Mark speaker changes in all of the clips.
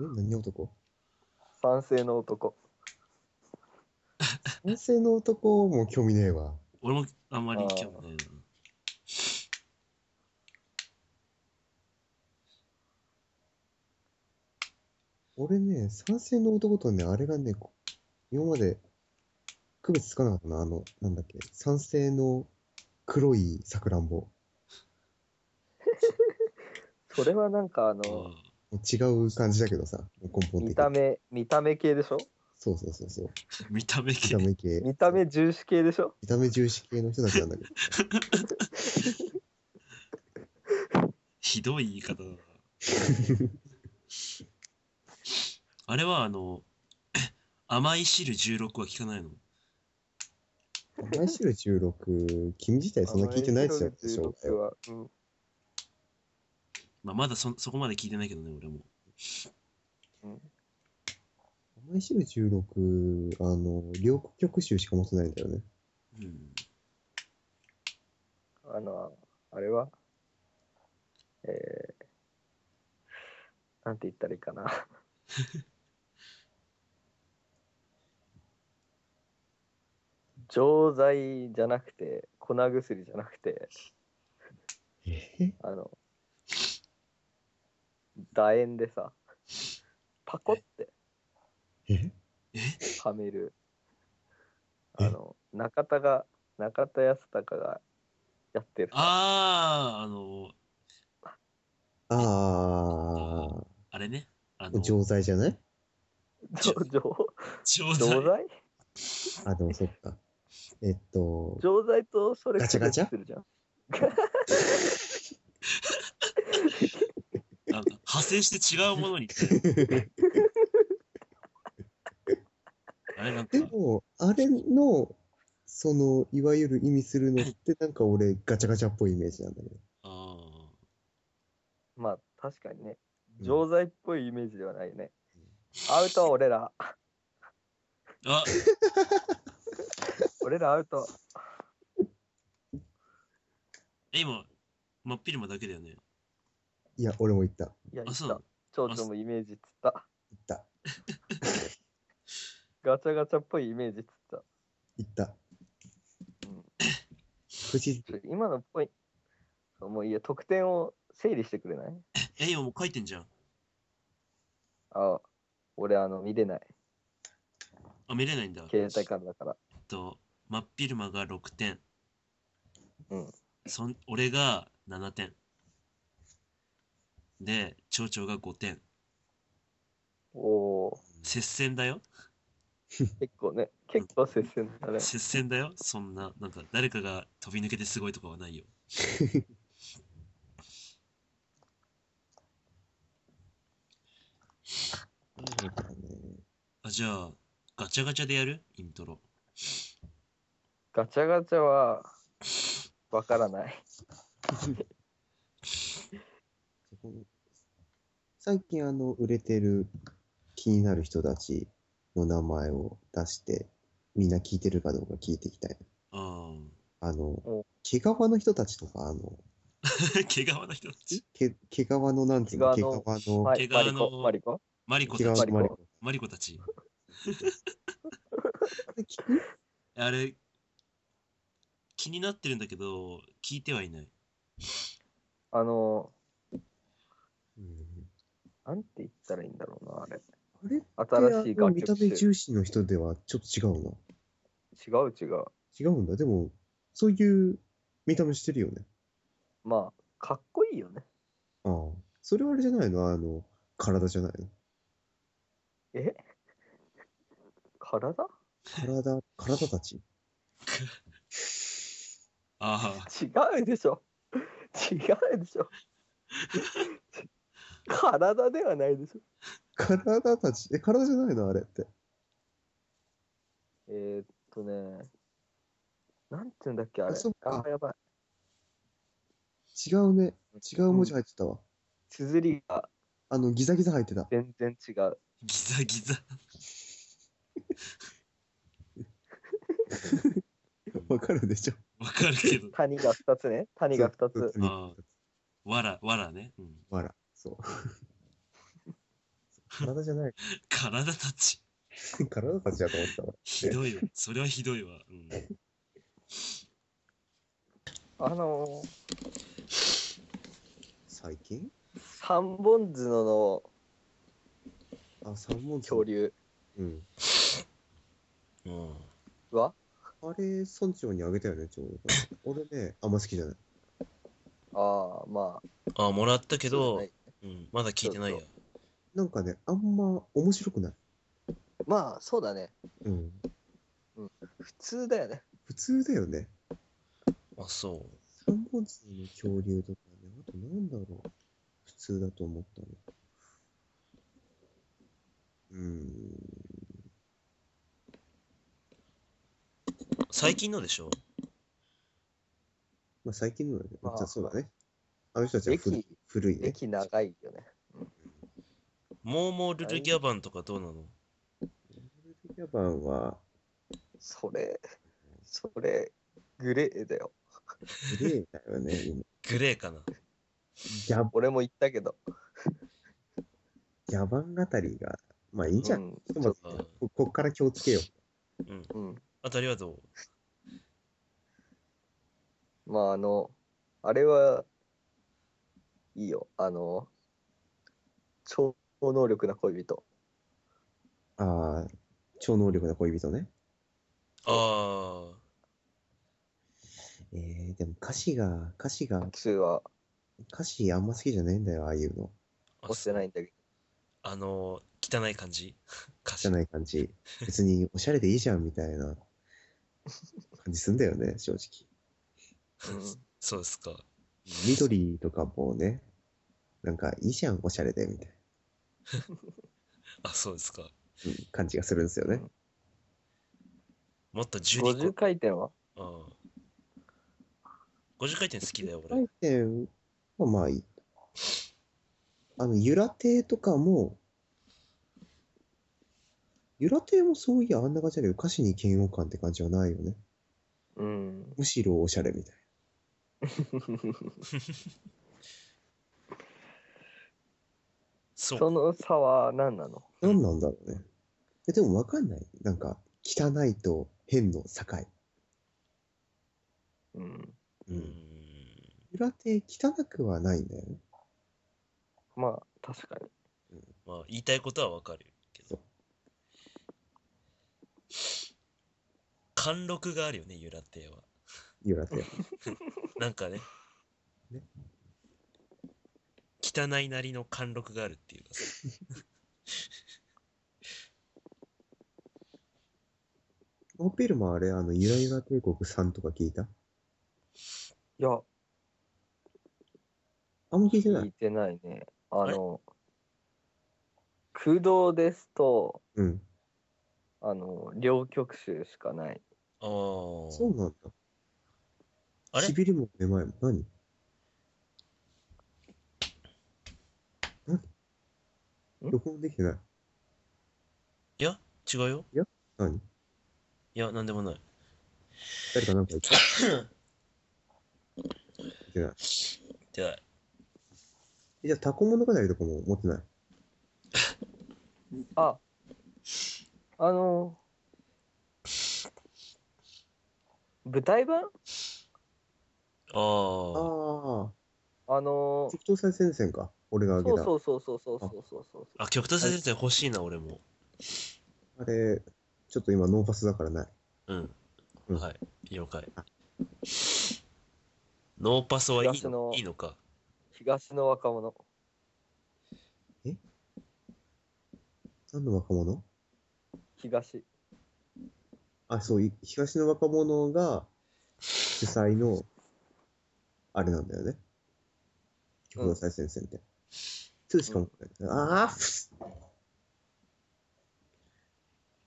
Speaker 1: ん何男
Speaker 2: 賛成の男。
Speaker 1: 男性の男も興味ねえわ。
Speaker 3: 俺もあんまり興味ないな。
Speaker 1: 俺ね、賛成の男とね、あれがね、こ今まで区別つかなかったな、あの、なんだっけ、賛成の黒いさくらんぼ。も
Speaker 2: それはなんかあ
Speaker 3: あ
Speaker 2: の、
Speaker 1: う違う感じだけどさ、根本的
Speaker 2: 見
Speaker 1: に。
Speaker 2: た目、見た目系でしょ
Speaker 1: そうそうそう そう。
Speaker 3: ー見た目
Speaker 1: 見
Speaker 3: 系
Speaker 1: た。目系。
Speaker 2: 見た目重視系でしょ
Speaker 1: 見た目重視系の人たちなんだけ ど。
Speaker 3: ひどい言い方 だな。あれはあの、 甘い汁16は聞かないの
Speaker 1: 毎週16、君自体そんな聞いてないじゃんでしょう
Speaker 2: う
Speaker 1: がよ。
Speaker 2: は、うん、
Speaker 3: まあ、まだそそこまで聞いてないけどね、俺も。
Speaker 1: 毎週16、あの、両国曲集しか持ってないんだよね。
Speaker 3: うん。
Speaker 2: あの、あれはえー、なんて言ったらいいかな。 錠剤じゃなくて、粉薬じゃなくて、
Speaker 1: え
Speaker 2: あの、楕円でさ、パコって
Speaker 1: え
Speaker 2: はめる、
Speaker 1: え
Speaker 2: あの、中田が、中田康隆がやってるさ
Speaker 3: あー、あの、
Speaker 1: あ
Speaker 3: あれね。あ
Speaker 1: ー、
Speaker 3: の、
Speaker 1: 錠剤じゃない
Speaker 2: 錠錠
Speaker 3: 錠
Speaker 2: 錠剤
Speaker 3: 剤。
Speaker 1: あ、でもそっか。えっと、
Speaker 2: 錠剤とそれ
Speaker 1: ガチャガチャ
Speaker 2: 区別するじゃん
Speaker 3: なんか派生して違うものに行ったよ。あれなんか
Speaker 1: で、も、あれの、その、いわゆる意味するのって、なんか俺、ガチャガチャっぽいイメージなんだけど。
Speaker 3: あー
Speaker 2: まあ確かにね
Speaker 1: うん
Speaker 2: 錠剤っぽいイメージではないね、アウト俺ら
Speaker 3: あ、
Speaker 2: 俺らアウト
Speaker 3: え、今、真っ昼間だけだよね。
Speaker 1: いや、俺も言った。
Speaker 2: いや言
Speaker 3: あ、
Speaker 2: っ
Speaker 3: そう
Speaker 2: た蝶々もイメージっつった
Speaker 1: 言った。
Speaker 2: ガチャガチャっぽいイメージっつっ
Speaker 1: 言った
Speaker 2: うん。
Speaker 1: 不自
Speaker 2: た今のポイントもういいや得点を整理してくれない
Speaker 3: え、今もう書いてんじゃん。
Speaker 2: あ俺あの見れない
Speaker 3: あ、見れないんだ。
Speaker 2: 携帯からだから
Speaker 3: えっと、真っ昼間が6点。
Speaker 2: うん
Speaker 3: そん俺が7点。で、町長が5点。
Speaker 2: おー
Speaker 3: 接戦だよ。
Speaker 2: 結構ね結構接戦だね
Speaker 3: 接戦だよ。そんな、なんか誰かが飛び抜けてすごいとかはないよ。
Speaker 1: そうだね。
Speaker 3: あ、じゃあ、ガチャガチャでやるイントロ。
Speaker 2: ガチャガチャはわからない
Speaker 1: そこ最近、あの、売れてる気になる人たちの名前を出して、みんな聞いてるかどうか聞いていきたい。
Speaker 3: あ
Speaker 1: あの
Speaker 2: お、
Speaker 1: 毛皮の人たちとか、あの、
Speaker 3: あ。 毛皮の人たち。
Speaker 1: 毛毛皮のなんつうの、
Speaker 2: 毛
Speaker 1: 毛
Speaker 2: 皮
Speaker 1: 皮
Speaker 2: の
Speaker 1: の、
Speaker 2: はい
Speaker 3: 毛皮
Speaker 2: マリ
Speaker 1: 毛皮
Speaker 2: コマリコ
Speaker 3: のマリコた
Speaker 1: の
Speaker 3: ち。
Speaker 1: マリコ。
Speaker 3: マリコたち。
Speaker 1: 聞く
Speaker 3: あれ、気になってるんだけど、聞いてはいない。
Speaker 2: あの
Speaker 1: うん
Speaker 2: なんて言ったらいいんだろうな、あ
Speaker 1: あ
Speaker 2: れ。
Speaker 1: れ
Speaker 2: 新しい楽
Speaker 1: 見た
Speaker 2: 曲
Speaker 1: 目
Speaker 2: 集。
Speaker 1: 重視の人ではちょっと違うな。
Speaker 2: 違う違う。
Speaker 1: 違うんだ。でも、そういう見た目してるよね。
Speaker 2: まあ、かっこいいよね。
Speaker 1: ああ。それはあれじゃないのあの、体じゃないの
Speaker 2: え体
Speaker 1: 体、体たち。
Speaker 3: ああ。
Speaker 2: 違うでしょ。違うでしょ。体ではないでしょ。
Speaker 1: 体たち。え、体じゃないのあれって。
Speaker 2: えー、っとね、なんて言うんだっけ、あれ。
Speaker 1: あそっか
Speaker 2: あやばい。
Speaker 1: 違うね。違う文字入ってたわ。
Speaker 2: 綴りが
Speaker 1: あの、ギザギザ入ってた。
Speaker 2: 全然違う。
Speaker 3: ギザギザ。
Speaker 1: わかるでしょ
Speaker 3: わかるけど。
Speaker 2: 谷が2つね。谷が2つ。
Speaker 3: ああ。わら、わらね。うん。
Speaker 1: わら。そう。 体じゃない。
Speaker 3: 体たち。
Speaker 1: 体たちだと思ってたわ。
Speaker 3: ひどいわ。それはひどいわ。うん、
Speaker 2: あのー、
Speaker 1: 最近
Speaker 2: 三本角の
Speaker 1: あ、三文字
Speaker 2: 恐。竜
Speaker 1: うん。
Speaker 3: うん
Speaker 2: は
Speaker 1: あれ、村長にあげたよね、ちょうど。 俺ね、あんま好きじゃない。
Speaker 2: ああ、まあ。
Speaker 3: あ、もらったけど、
Speaker 2: そうですね
Speaker 3: うん、まだ聞いてないや
Speaker 2: そ。
Speaker 1: なんかね、あんま面白くない。
Speaker 2: まあ、そうだね。
Speaker 1: うん。
Speaker 2: 普通だよね。
Speaker 1: 普通だよね。
Speaker 3: あ、そ
Speaker 1: 三本字の恐竜とかね、あとなんだろう。普通だと思ったの。うーん。
Speaker 3: う。最近のでしょ
Speaker 1: まあ最近のはね、
Speaker 2: まあ
Speaker 1: じゃあそうだね。あの人たちは古
Speaker 2: 歴、
Speaker 1: 古いね。
Speaker 2: 歴長いよね。
Speaker 3: モーモールルギャバンとかどうなの
Speaker 1: ヤバンは、
Speaker 2: それ、それ、グレーだよ。
Speaker 1: グレーだよね、今。
Speaker 3: グレーかな
Speaker 1: ギャ
Speaker 2: 俺も言ったけど。
Speaker 1: ギャバン語りが、まあいいんじゃ。
Speaker 2: うんん
Speaker 1: ひとまず
Speaker 3: ちょっと
Speaker 1: ここっから気をつけよ
Speaker 3: うん。
Speaker 2: うん。
Speaker 3: あたりはどう
Speaker 2: まあ、あの、あれは、いいよ。あの、超能力な恋人。
Speaker 1: う。ああ、超能力な恋人ね。
Speaker 3: ああ。
Speaker 1: えー、でも歌詞が、歌詞が、
Speaker 2: 2は
Speaker 1: 歌詞あんま好きじゃねえんだよ、ああいうの。
Speaker 3: あ
Speaker 2: 押してないんだけ
Speaker 3: あのー、汚い感じ歌詞
Speaker 1: じゃない感じ。別におしゃれでいいじゃんみたいな感じすんだよね、正直。
Speaker 2: ど。うん
Speaker 3: そうですか。
Speaker 1: 緑とかもね、なんかいいじゃん、おしゃれでみたい
Speaker 3: あ、そうですか。
Speaker 1: なうん感じがするんですよね。
Speaker 3: もっとジュリ
Speaker 2: 50
Speaker 3: コ。
Speaker 2: 回転は
Speaker 3: ああ50回転好きだよ、俺
Speaker 1: 回。転はまあいい。あの、ゆら亭とかも、ゆら亭もそういやあんな感じだけど、歌詞に嫌悪感って感じはないよね。
Speaker 2: うん。
Speaker 1: むしろおしゃれみたい
Speaker 3: そう
Speaker 2: そ。の差は何なの
Speaker 1: な。何なんだろうね。えでもわかんない。なんか、汚いと変の境。
Speaker 2: うん。
Speaker 1: う。
Speaker 3: うんん。
Speaker 1: ゆら亭汚くはないんだよね。
Speaker 2: まあ、確かに。
Speaker 3: まあ、言いたいことはわかるけ
Speaker 1: そう
Speaker 3: ど。貫禄があるよね、ゆら亭は。
Speaker 1: ゆら亭。
Speaker 3: なんかね
Speaker 1: ね。
Speaker 3: 汚いなりの貫禄があるっていうかさ。
Speaker 1: オペルもあれ、あの、ゆらゆら帝国さんとか聞いた
Speaker 2: いや、
Speaker 1: あんま聞いてな
Speaker 2: 聞
Speaker 1: い
Speaker 2: い。てないね。あの、空洞ですと、
Speaker 1: うん。
Speaker 2: あの、両極集しかない。
Speaker 3: ああ。
Speaker 1: そうなんだ。
Speaker 3: あれ
Speaker 1: しびれもめまいも。何何録音できてない。
Speaker 3: いや、違うよ。
Speaker 1: 何
Speaker 3: いや、なんでもない。
Speaker 1: 誰かなんか言 って。てない。
Speaker 3: じゃあ、
Speaker 1: えじゃあ、タコ物語とかも持ってない。
Speaker 2: あ、あの、舞台版
Speaker 3: あー
Speaker 1: あ
Speaker 2: あ
Speaker 1: あ。
Speaker 2: の、
Speaker 1: 極東最戦線か。俺があげ
Speaker 2: そう
Speaker 1: た。
Speaker 2: そうそうそうそうそうそうそう。
Speaker 3: あ。極端先生欲しいな、俺も。
Speaker 1: あれ、ちょっと今ノーパスだからない。
Speaker 3: うん。
Speaker 1: うん
Speaker 3: はい。了解。ノーパスはいい
Speaker 2: 東の
Speaker 3: のいいのか。
Speaker 2: 東の若者。
Speaker 1: 何の若者
Speaker 2: 東。
Speaker 1: あ、そう、い東の若者が主催の、あれなんだよね。極東最戦線って。2しか持ってない。ああ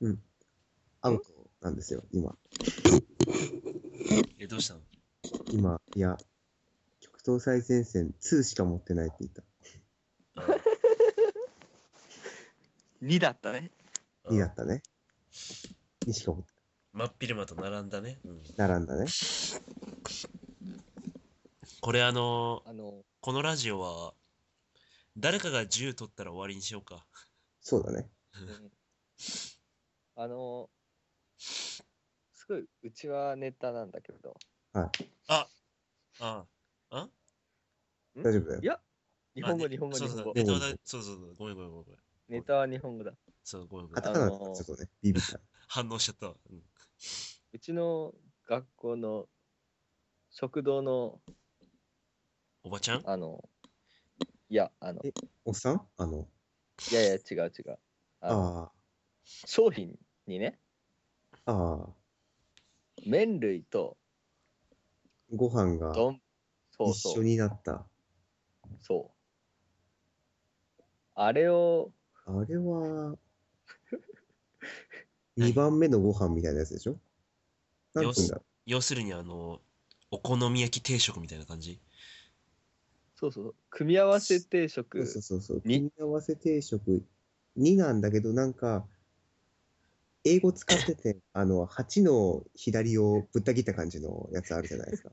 Speaker 1: うん。アウトなんですよ、今。
Speaker 3: え、どうしたの
Speaker 1: 今、いや、極東最前線2しか持ってないって言った。
Speaker 3: あ
Speaker 2: 2だったね。
Speaker 3: ー
Speaker 1: 2だったね。2しか持って
Speaker 3: 真っ昼間と並んだね。うん、
Speaker 1: 並んだね。
Speaker 3: これあのー
Speaker 2: あの、
Speaker 3: このラジオは、誰かが銃取ったら終わりにしようか。
Speaker 1: そうだね。
Speaker 2: うんあのすごいうちはネタなんだけど
Speaker 3: あ
Speaker 1: 大丈夫だよ
Speaker 2: い。や日本語
Speaker 3: あ
Speaker 2: 日本語
Speaker 3: そう
Speaker 2: 日
Speaker 3: そう
Speaker 2: 本
Speaker 3: そう
Speaker 2: 語
Speaker 1: ね
Speaker 3: ネタはだそうそうそう。ごめんごめんごめんごめん。
Speaker 2: ネタは日本語だ
Speaker 3: そう、ごめんごめ
Speaker 1: カ
Speaker 3: ん
Speaker 1: タ。カナだ
Speaker 2: あ
Speaker 1: った
Speaker 2: の
Speaker 1: ら
Speaker 2: ー
Speaker 1: ちょっとね、ビビった。
Speaker 3: 反応しちゃったわ。うん
Speaker 2: うちの学校の食堂の
Speaker 3: おばちゃん
Speaker 2: あのいやあの
Speaker 1: えおっさんあの、
Speaker 2: いやいや違う違うあ
Speaker 1: あ
Speaker 2: の商品にね
Speaker 1: あ、ああ、
Speaker 2: 麺類と
Speaker 1: ご飯が
Speaker 2: 丼そう
Speaker 1: 一
Speaker 2: そ
Speaker 1: 緒
Speaker 2: う
Speaker 1: になった。
Speaker 2: そうあれを
Speaker 1: あれは、2番目のご飯みたいなやつでしょ何分だ
Speaker 3: 要するにあの、お好み焼き定食みたいな 感じ
Speaker 2: そうそうそう組み合わせ定
Speaker 1: そう
Speaker 2: 食
Speaker 1: そうそうそう。
Speaker 2: に
Speaker 1: 組み合わせ定食2なんだけど、なんか、英語使って て、あの、8の左をぶった切った感じのやつあるじゃないですか。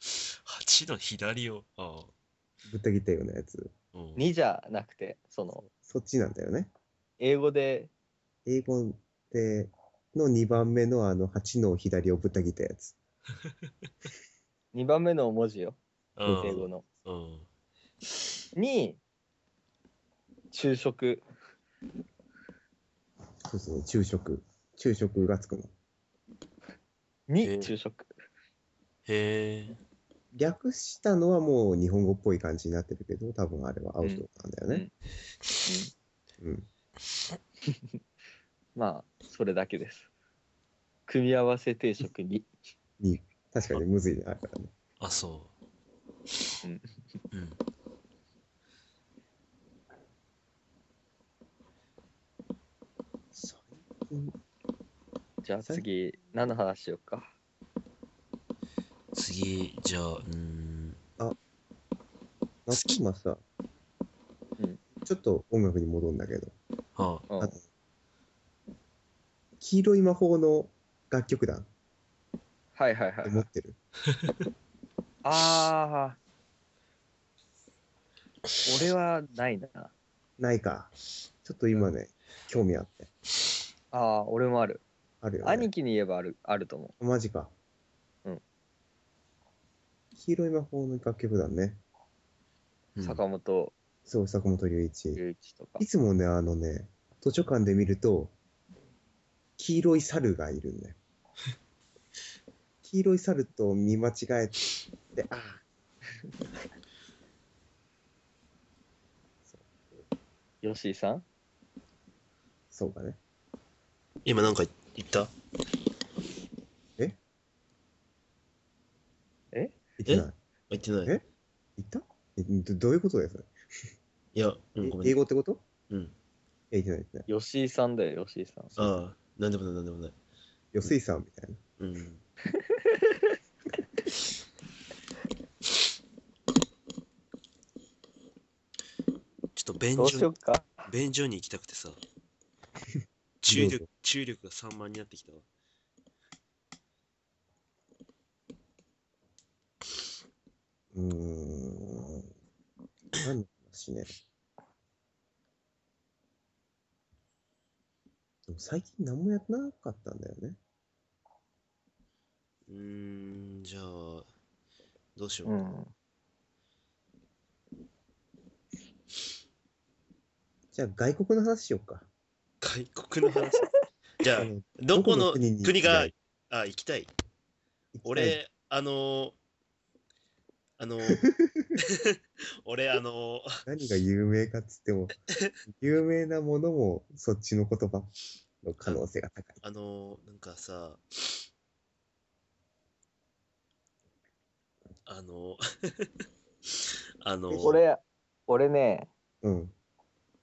Speaker 3: ?8 の左を。あ
Speaker 1: ぶった切ったようなやつ。
Speaker 3: あ。うん
Speaker 2: にじゃなくてその
Speaker 1: そっちなんだよね。
Speaker 2: 英語で
Speaker 1: 英語での2番目のあの8の左をぶった切ったやつ。
Speaker 2: 2番目の文字よ
Speaker 3: うん
Speaker 2: 英語の
Speaker 3: うん。
Speaker 2: に昼食
Speaker 1: そうそう、昼食。昼食がつくの。
Speaker 3: へえ
Speaker 2: に昼食
Speaker 3: へえ。
Speaker 1: 略したのはもう日本語っぽい感じになってるけど、多分あれはアウトなんだよね。うん。
Speaker 2: まあそれだけです組み合わせ定食に
Speaker 1: 確かにむずいね、あれからね。
Speaker 3: あ、そう。
Speaker 2: うん
Speaker 3: うん。
Speaker 1: 最近
Speaker 2: じゃあ次何の話しようか
Speaker 3: 次、じゃあ、うーん。
Speaker 1: 夏今さ、
Speaker 2: うん
Speaker 1: ちょっと音楽に戻るんだけど、
Speaker 3: あ
Speaker 2: うん
Speaker 1: あの黄色い魔法の楽曲団
Speaker 2: はいはいは
Speaker 1: って
Speaker 2: い
Speaker 1: 持ってる。
Speaker 2: ああ俺はないな
Speaker 1: ないか。ちょっと今ね、興味あって。
Speaker 2: ああ俺もある
Speaker 1: あるよね。
Speaker 2: 兄貴に言えばあるあると思
Speaker 1: マジか。
Speaker 2: うん。
Speaker 1: 黄色い魔法の楽曲団ね。
Speaker 2: う、
Speaker 3: うん
Speaker 2: 坂本
Speaker 1: そう、坂本龍一。
Speaker 2: 龍一とか
Speaker 1: いつもね、あのね、図書館で見ると、黄色い猿がいるんだよ。 黄色い猿と見間違えて、ああ。
Speaker 2: 吉井さん
Speaker 1: そうかね。
Speaker 3: 今なんか言った
Speaker 1: 言ってない。
Speaker 3: 言ってない
Speaker 1: え言ったえどどういうことだよ、それ。
Speaker 3: いや、うん、
Speaker 1: え
Speaker 3: ごめん。
Speaker 1: 英語ってこと
Speaker 3: うん。
Speaker 1: え、言ってない、言ってない。
Speaker 2: 吉井さんだよ吉井さん
Speaker 3: ああ、なんでもない、なんでもない。
Speaker 1: よすいさんみたいな。
Speaker 3: うん。ちょっと便
Speaker 2: どうしよ
Speaker 3: 所
Speaker 2: っ、か
Speaker 3: 便所に行きたく てさ。
Speaker 1: どう
Speaker 3: 注力
Speaker 1: ぞ、
Speaker 3: 注力が散漫になってきたわ。
Speaker 1: うーん。何の話ね。でも最近何もやってなかったんだよね。
Speaker 3: うーん、じゃあ、どうしよう
Speaker 2: う
Speaker 3: か。
Speaker 2: ん
Speaker 1: じゃあ外国の話しようか。
Speaker 3: 外国の話。じゃ あ
Speaker 1: あ、の
Speaker 3: どこの
Speaker 1: 国に
Speaker 3: 国が
Speaker 1: 行き、
Speaker 3: あ、行きたい。
Speaker 1: たい、
Speaker 3: 俺、あのー、あのー、俺、あのー、
Speaker 1: 何が有名かっつっても、有名なものもそっちの言葉の可能性が高い。
Speaker 3: あのー、なんかさ、あの ー、あのー、
Speaker 2: 俺俺ね
Speaker 1: うん。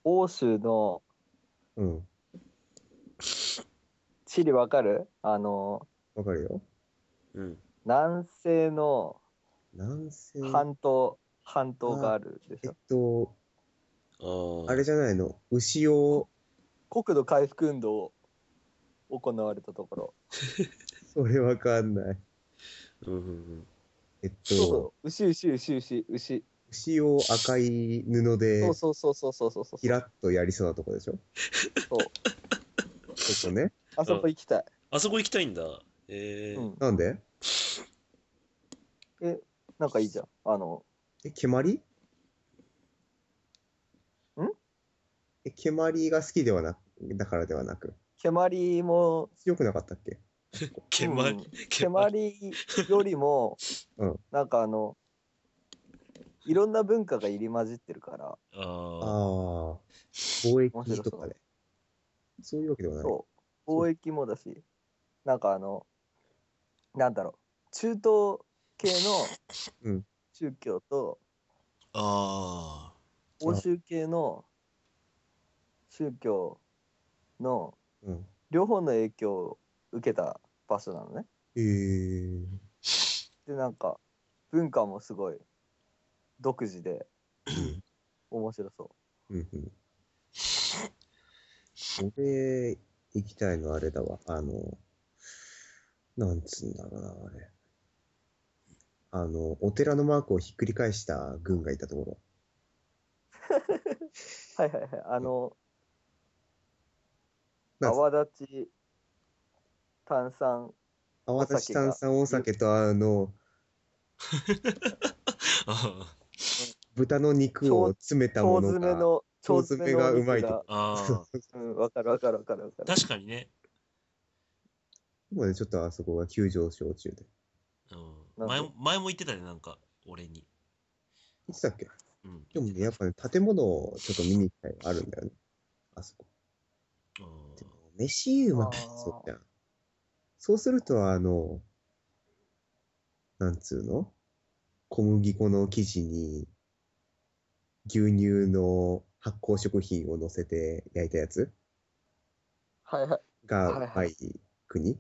Speaker 2: 欧州の
Speaker 1: うん。
Speaker 2: 地理わかるあの
Speaker 1: わかるよ。
Speaker 3: うん、
Speaker 2: 南西の
Speaker 1: 南西。
Speaker 2: 半島、半島があるで
Speaker 1: え
Speaker 2: し
Speaker 1: っ
Speaker 2: ょ
Speaker 1: と、
Speaker 3: あー
Speaker 1: あれじゃないの牛を、
Speaker 2: 国土回復運動を行われたところ
Speaker 1: それわかんない。
Speaker 3: うんうんうん
Speaker 1: えっ
Speaker 2: そう
Speaker 1: と、
Speaker 2: そう牛牛牛牛牛牛
Speaker 1: 腰を赤い布で
Speaker 2: そうそうそうそうそうそうそう
Speaker 1: キラッとやりそうなとこでしょ
Speaker 2: そう
Speaker 1: そこね。
Speaker 2: あそこ行きたい、
Speaker 3: あそこ行きたいんだ。えー
Speaker 2: うん、
Speaker 1: なんで
Speaker 2: なんかいいじゃんあの
Speaker 1: え、蹴鞠
Speaker 2: ん
Speaker 1: え、蹴鞠が好きではな、だからではなく。
Speaker 2: 蹴鞠も
Speaker 1: 強くなかったっけ
Speaker 3: 蹴
Speaker 2: う
Speaker 3: 鞠
Speaker 2: ん、
Speaker 3: 蹴
Speaker 2: 蹴
Speaker 3: 鞠。
Speaker 2: 鞠よりも、
Speaker 1: うん
Speaker 2: なんかあのいろんな文化が入り混じってるから
Speaker 3: ああ。
Speaker 1: ああ、貿
Speaker 2: 面白
Speaker 1: 易
Speaker 2: そう
Speaker 1: とかで。そういうわけではない。
Speaker 2: そう貿易もだしなんかあのなんだろう中東系
Speaker 1: う
Speaker 2: の
Speaker 1: ん
Speaker 2: 宗教と
Speaker 3: あ
Speaker 1: あ
Speaker 2: 欧州系の宗教の
Speaker 1: うん。
Speaker 2: 両方の影響を受けた場所なのね。
Speaker 1: えー、
Speaker 2: でなんか文化もすごい独自で面白そう。
Speaker 1: うんうん。俺、行きたいのあれだわ。あの、なんつうんだろうな、あれ。あの、お寺のマークをひっくり返した軍がいたところ。
Speaker 2: はいはいはい。あの、
Speaker 1: なんつ
Speaker 2: 泡立ち、炭酸、
Speaker 1: 泡立ち炭酸お酒とあの、
Speaker 3: あ。あ
Speaker 1: 豚の肉を詰めたも
Speaker 2: 腸
Speaker 1: の
Speaker 2: 詰め
Speaker 1: が、
Speaker 2: の、
Speaker 1: 腸詰めが
Speaker 2: 腸
Speaker 1: うまい
Speaker 2: 肉
Speaker 1: と
Speaker 2: が
Speaker 3: あ。 あ
Speaker 2: うん、わかるわかるわかるわか
Speaker 3: あ。
Speaker 2: る。
Speaker 3: 確かにね。
Speaker 1: 今ね、ちょっとあそこが急上昇中で。
Speaker 3: う、
Speaker 2: なんんで
Speaker 3: 前も前も言ってたね、なんか、俺に。
Speaker 1: いつだっけ
Speaker 3: うん。
Speaker 1: でもね、やっぱね、建物をちょっと見に行きたいのあるんだよね。あそこ。
Speaker 3: あ
Speaker 1: でも飯うまそうじゃん。そうすると、あの、なんつうの小麦粉の生地に、牛乳の発酵食品を乗せて焼いたやつ
Speaker 2: はいはい。
Speaker 1: が、
Speaker 2: はい
Speaker 1: は
Speaker 2: はい
Speaker 1: い、国
Speaker 3: ー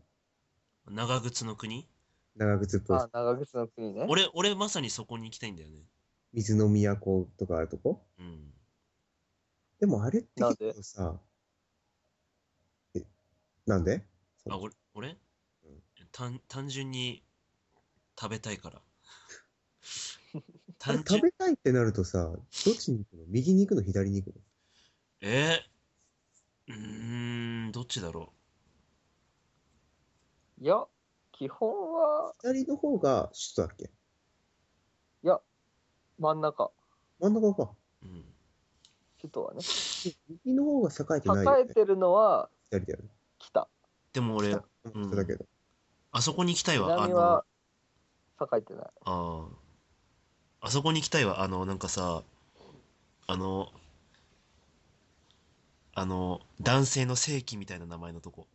Speaker 3: 長靴の国
Speaker 1: 長靴っぽい
Speaker 2: あ、長靴の国ね。
Speaker 3: 俺、俺まさにそこに行きたいんだよね。
Speaker 1: 水の都とかあるとこ
Speaker 3: うん。
Speaker 1: でもあれって
Speaker 2: なん
Speaker 1: 結
Speaker 2: で
Speaker 1: 構さ、え、なんで
Speaker 3: あ、俺、俺
Speaker 1: うん
Speaker 3: 単単純に食べたい から。
Speaker 1: あれ
Speaker 3: 単
Speaker 1: 食
Speaker 3: 純
Speaker 1: べたいってなるとさ、どっちに行くの右に行くの左に行くの
Speaker 3: えー、うーん、どっちだろ
Speaker 2: いや、基本は、
Speaker 1: 左の方が首都だっけ
Speaker 2: いや、真ん中、
Speaker 1: 真ん中か。
Speaker 3: う。うん。
Speaker 2: 首都はね。
Speaker 1: 右の方が栄えてないよ、ね。
Speaker 2: 栄えてるのは
Speaker 1: 左だよね。
Speaker 2: 北。
Speaker 3: でも俺、うん
Speaker 1: そうだけど。
Speaker 3: あそこに行きたいわ。あ
Speaker 2: 南
Speaker 3: の、
Speaker 2: は
Speaker 3: あ
Speaker 2: 栄えてない。
Speaker 3: あ。あそこに行きたいわ。あの、なんかさ、あの、あの、男性の性器みたいな名前のとこ。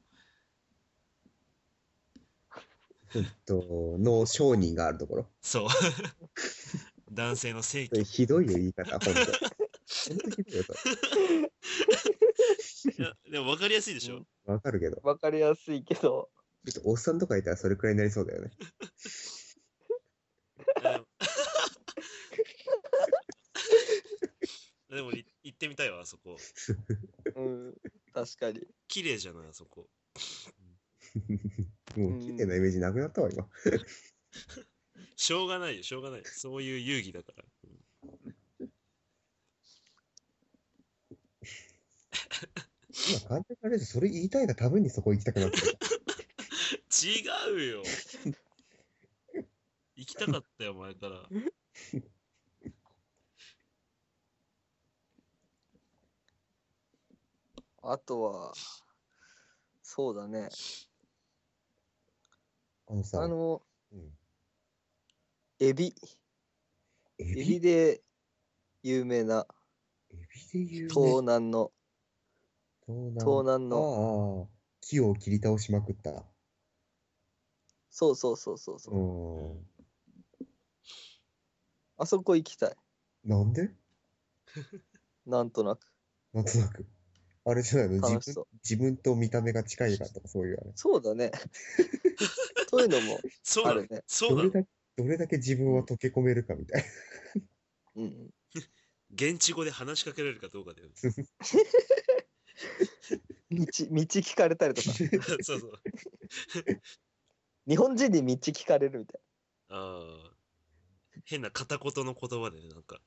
Speaker 1: えっと、の商人があるところ。
Speaker 3: そう。男性の性
Speaker 1: それ
Speaker 3: 器。
Speaker 1: ひどいよ、言い方、ほんと。ほんとひどいよ、そ
Speaker 3: いやでも分かりやすいでし
Speaker 2: う
Speaker 3: ょ。
Speaker 1: れわかるけど。
Speaker 2: わかりやすいけど、
Speaker 1: ちょっとおっさんとかいたらそれくらいになりそうだよね。
Speaker 3: うん でもい行ってみたいわ、あそこ。
Speaker 2: うん、確かに。
Speaker 3: 綺麗じゃない、あそこ。
Speaker 1: もう綺麗なイメージなくなったわ、今。
Speaker 3: しょうがないよ、しょうがない。そういう遊戯だから。
Speaker 1: 今、完全にあれでそれ言いたいがためにそこ行きたくなってる。
Speaker 3: 違うよ。行きたかったよ、前から。
Speaker 2: あとは、そうだね。
Speaker 1: あのさ、
Speaker 2: あの、
Speaker 1: うん、
Speaker 2: エビ。
Speaker 1: エ
Speaker 2: エ
Speaker 1: ビ
Speaker 2: ビで有名な
Speaker 1: エビで言う、ね、
Speaker 2: 東南の、
Speaker 1: 東南
Speaker 2: 東南の、
Speaker 1: のああ木を切り倒しまくった。
Speaker 2: そうそうそうそうそう
Speaker 1: ー
Speaker 2: う。
Speaker 1: ん。
Speaker 2: あそこ行きたい。
Speaker 1: なんで
Speaker 2: なんとなく。
Speaker 1: なんとなく。あれじゃないの
Speaker 2: 楽し
Speaker 1: 自
Speaker 2: そ
Speaker 1: 分
Speaker 2: う
Speaker 1: 自分と見た目が近いからとかそういうあれ。
Speaker 2: そうだ ね。そういうのも
Speaker 3: そう
Speaker 2: あ
Speaker 3: なの
Speaker 2: るね。
Speaker 3: そう
Speaker 1: ど
Speaker 3: な
Speaker 1: れ
Speaker 3: の
Speaker 1: だけどれだけ自分は溶け込めるかみたいな。
Speaker 2: うん。
Speaker 3: 現地語で話しかけられるかどうかだよね。
Speaker 2: 道、道聞かれたりとか。
Speaker 3: そうそう。
Speaker 2: 日本人に道聞かれるみたい。
Speaker 3: ああ。変な片言の言葉でね、なんか。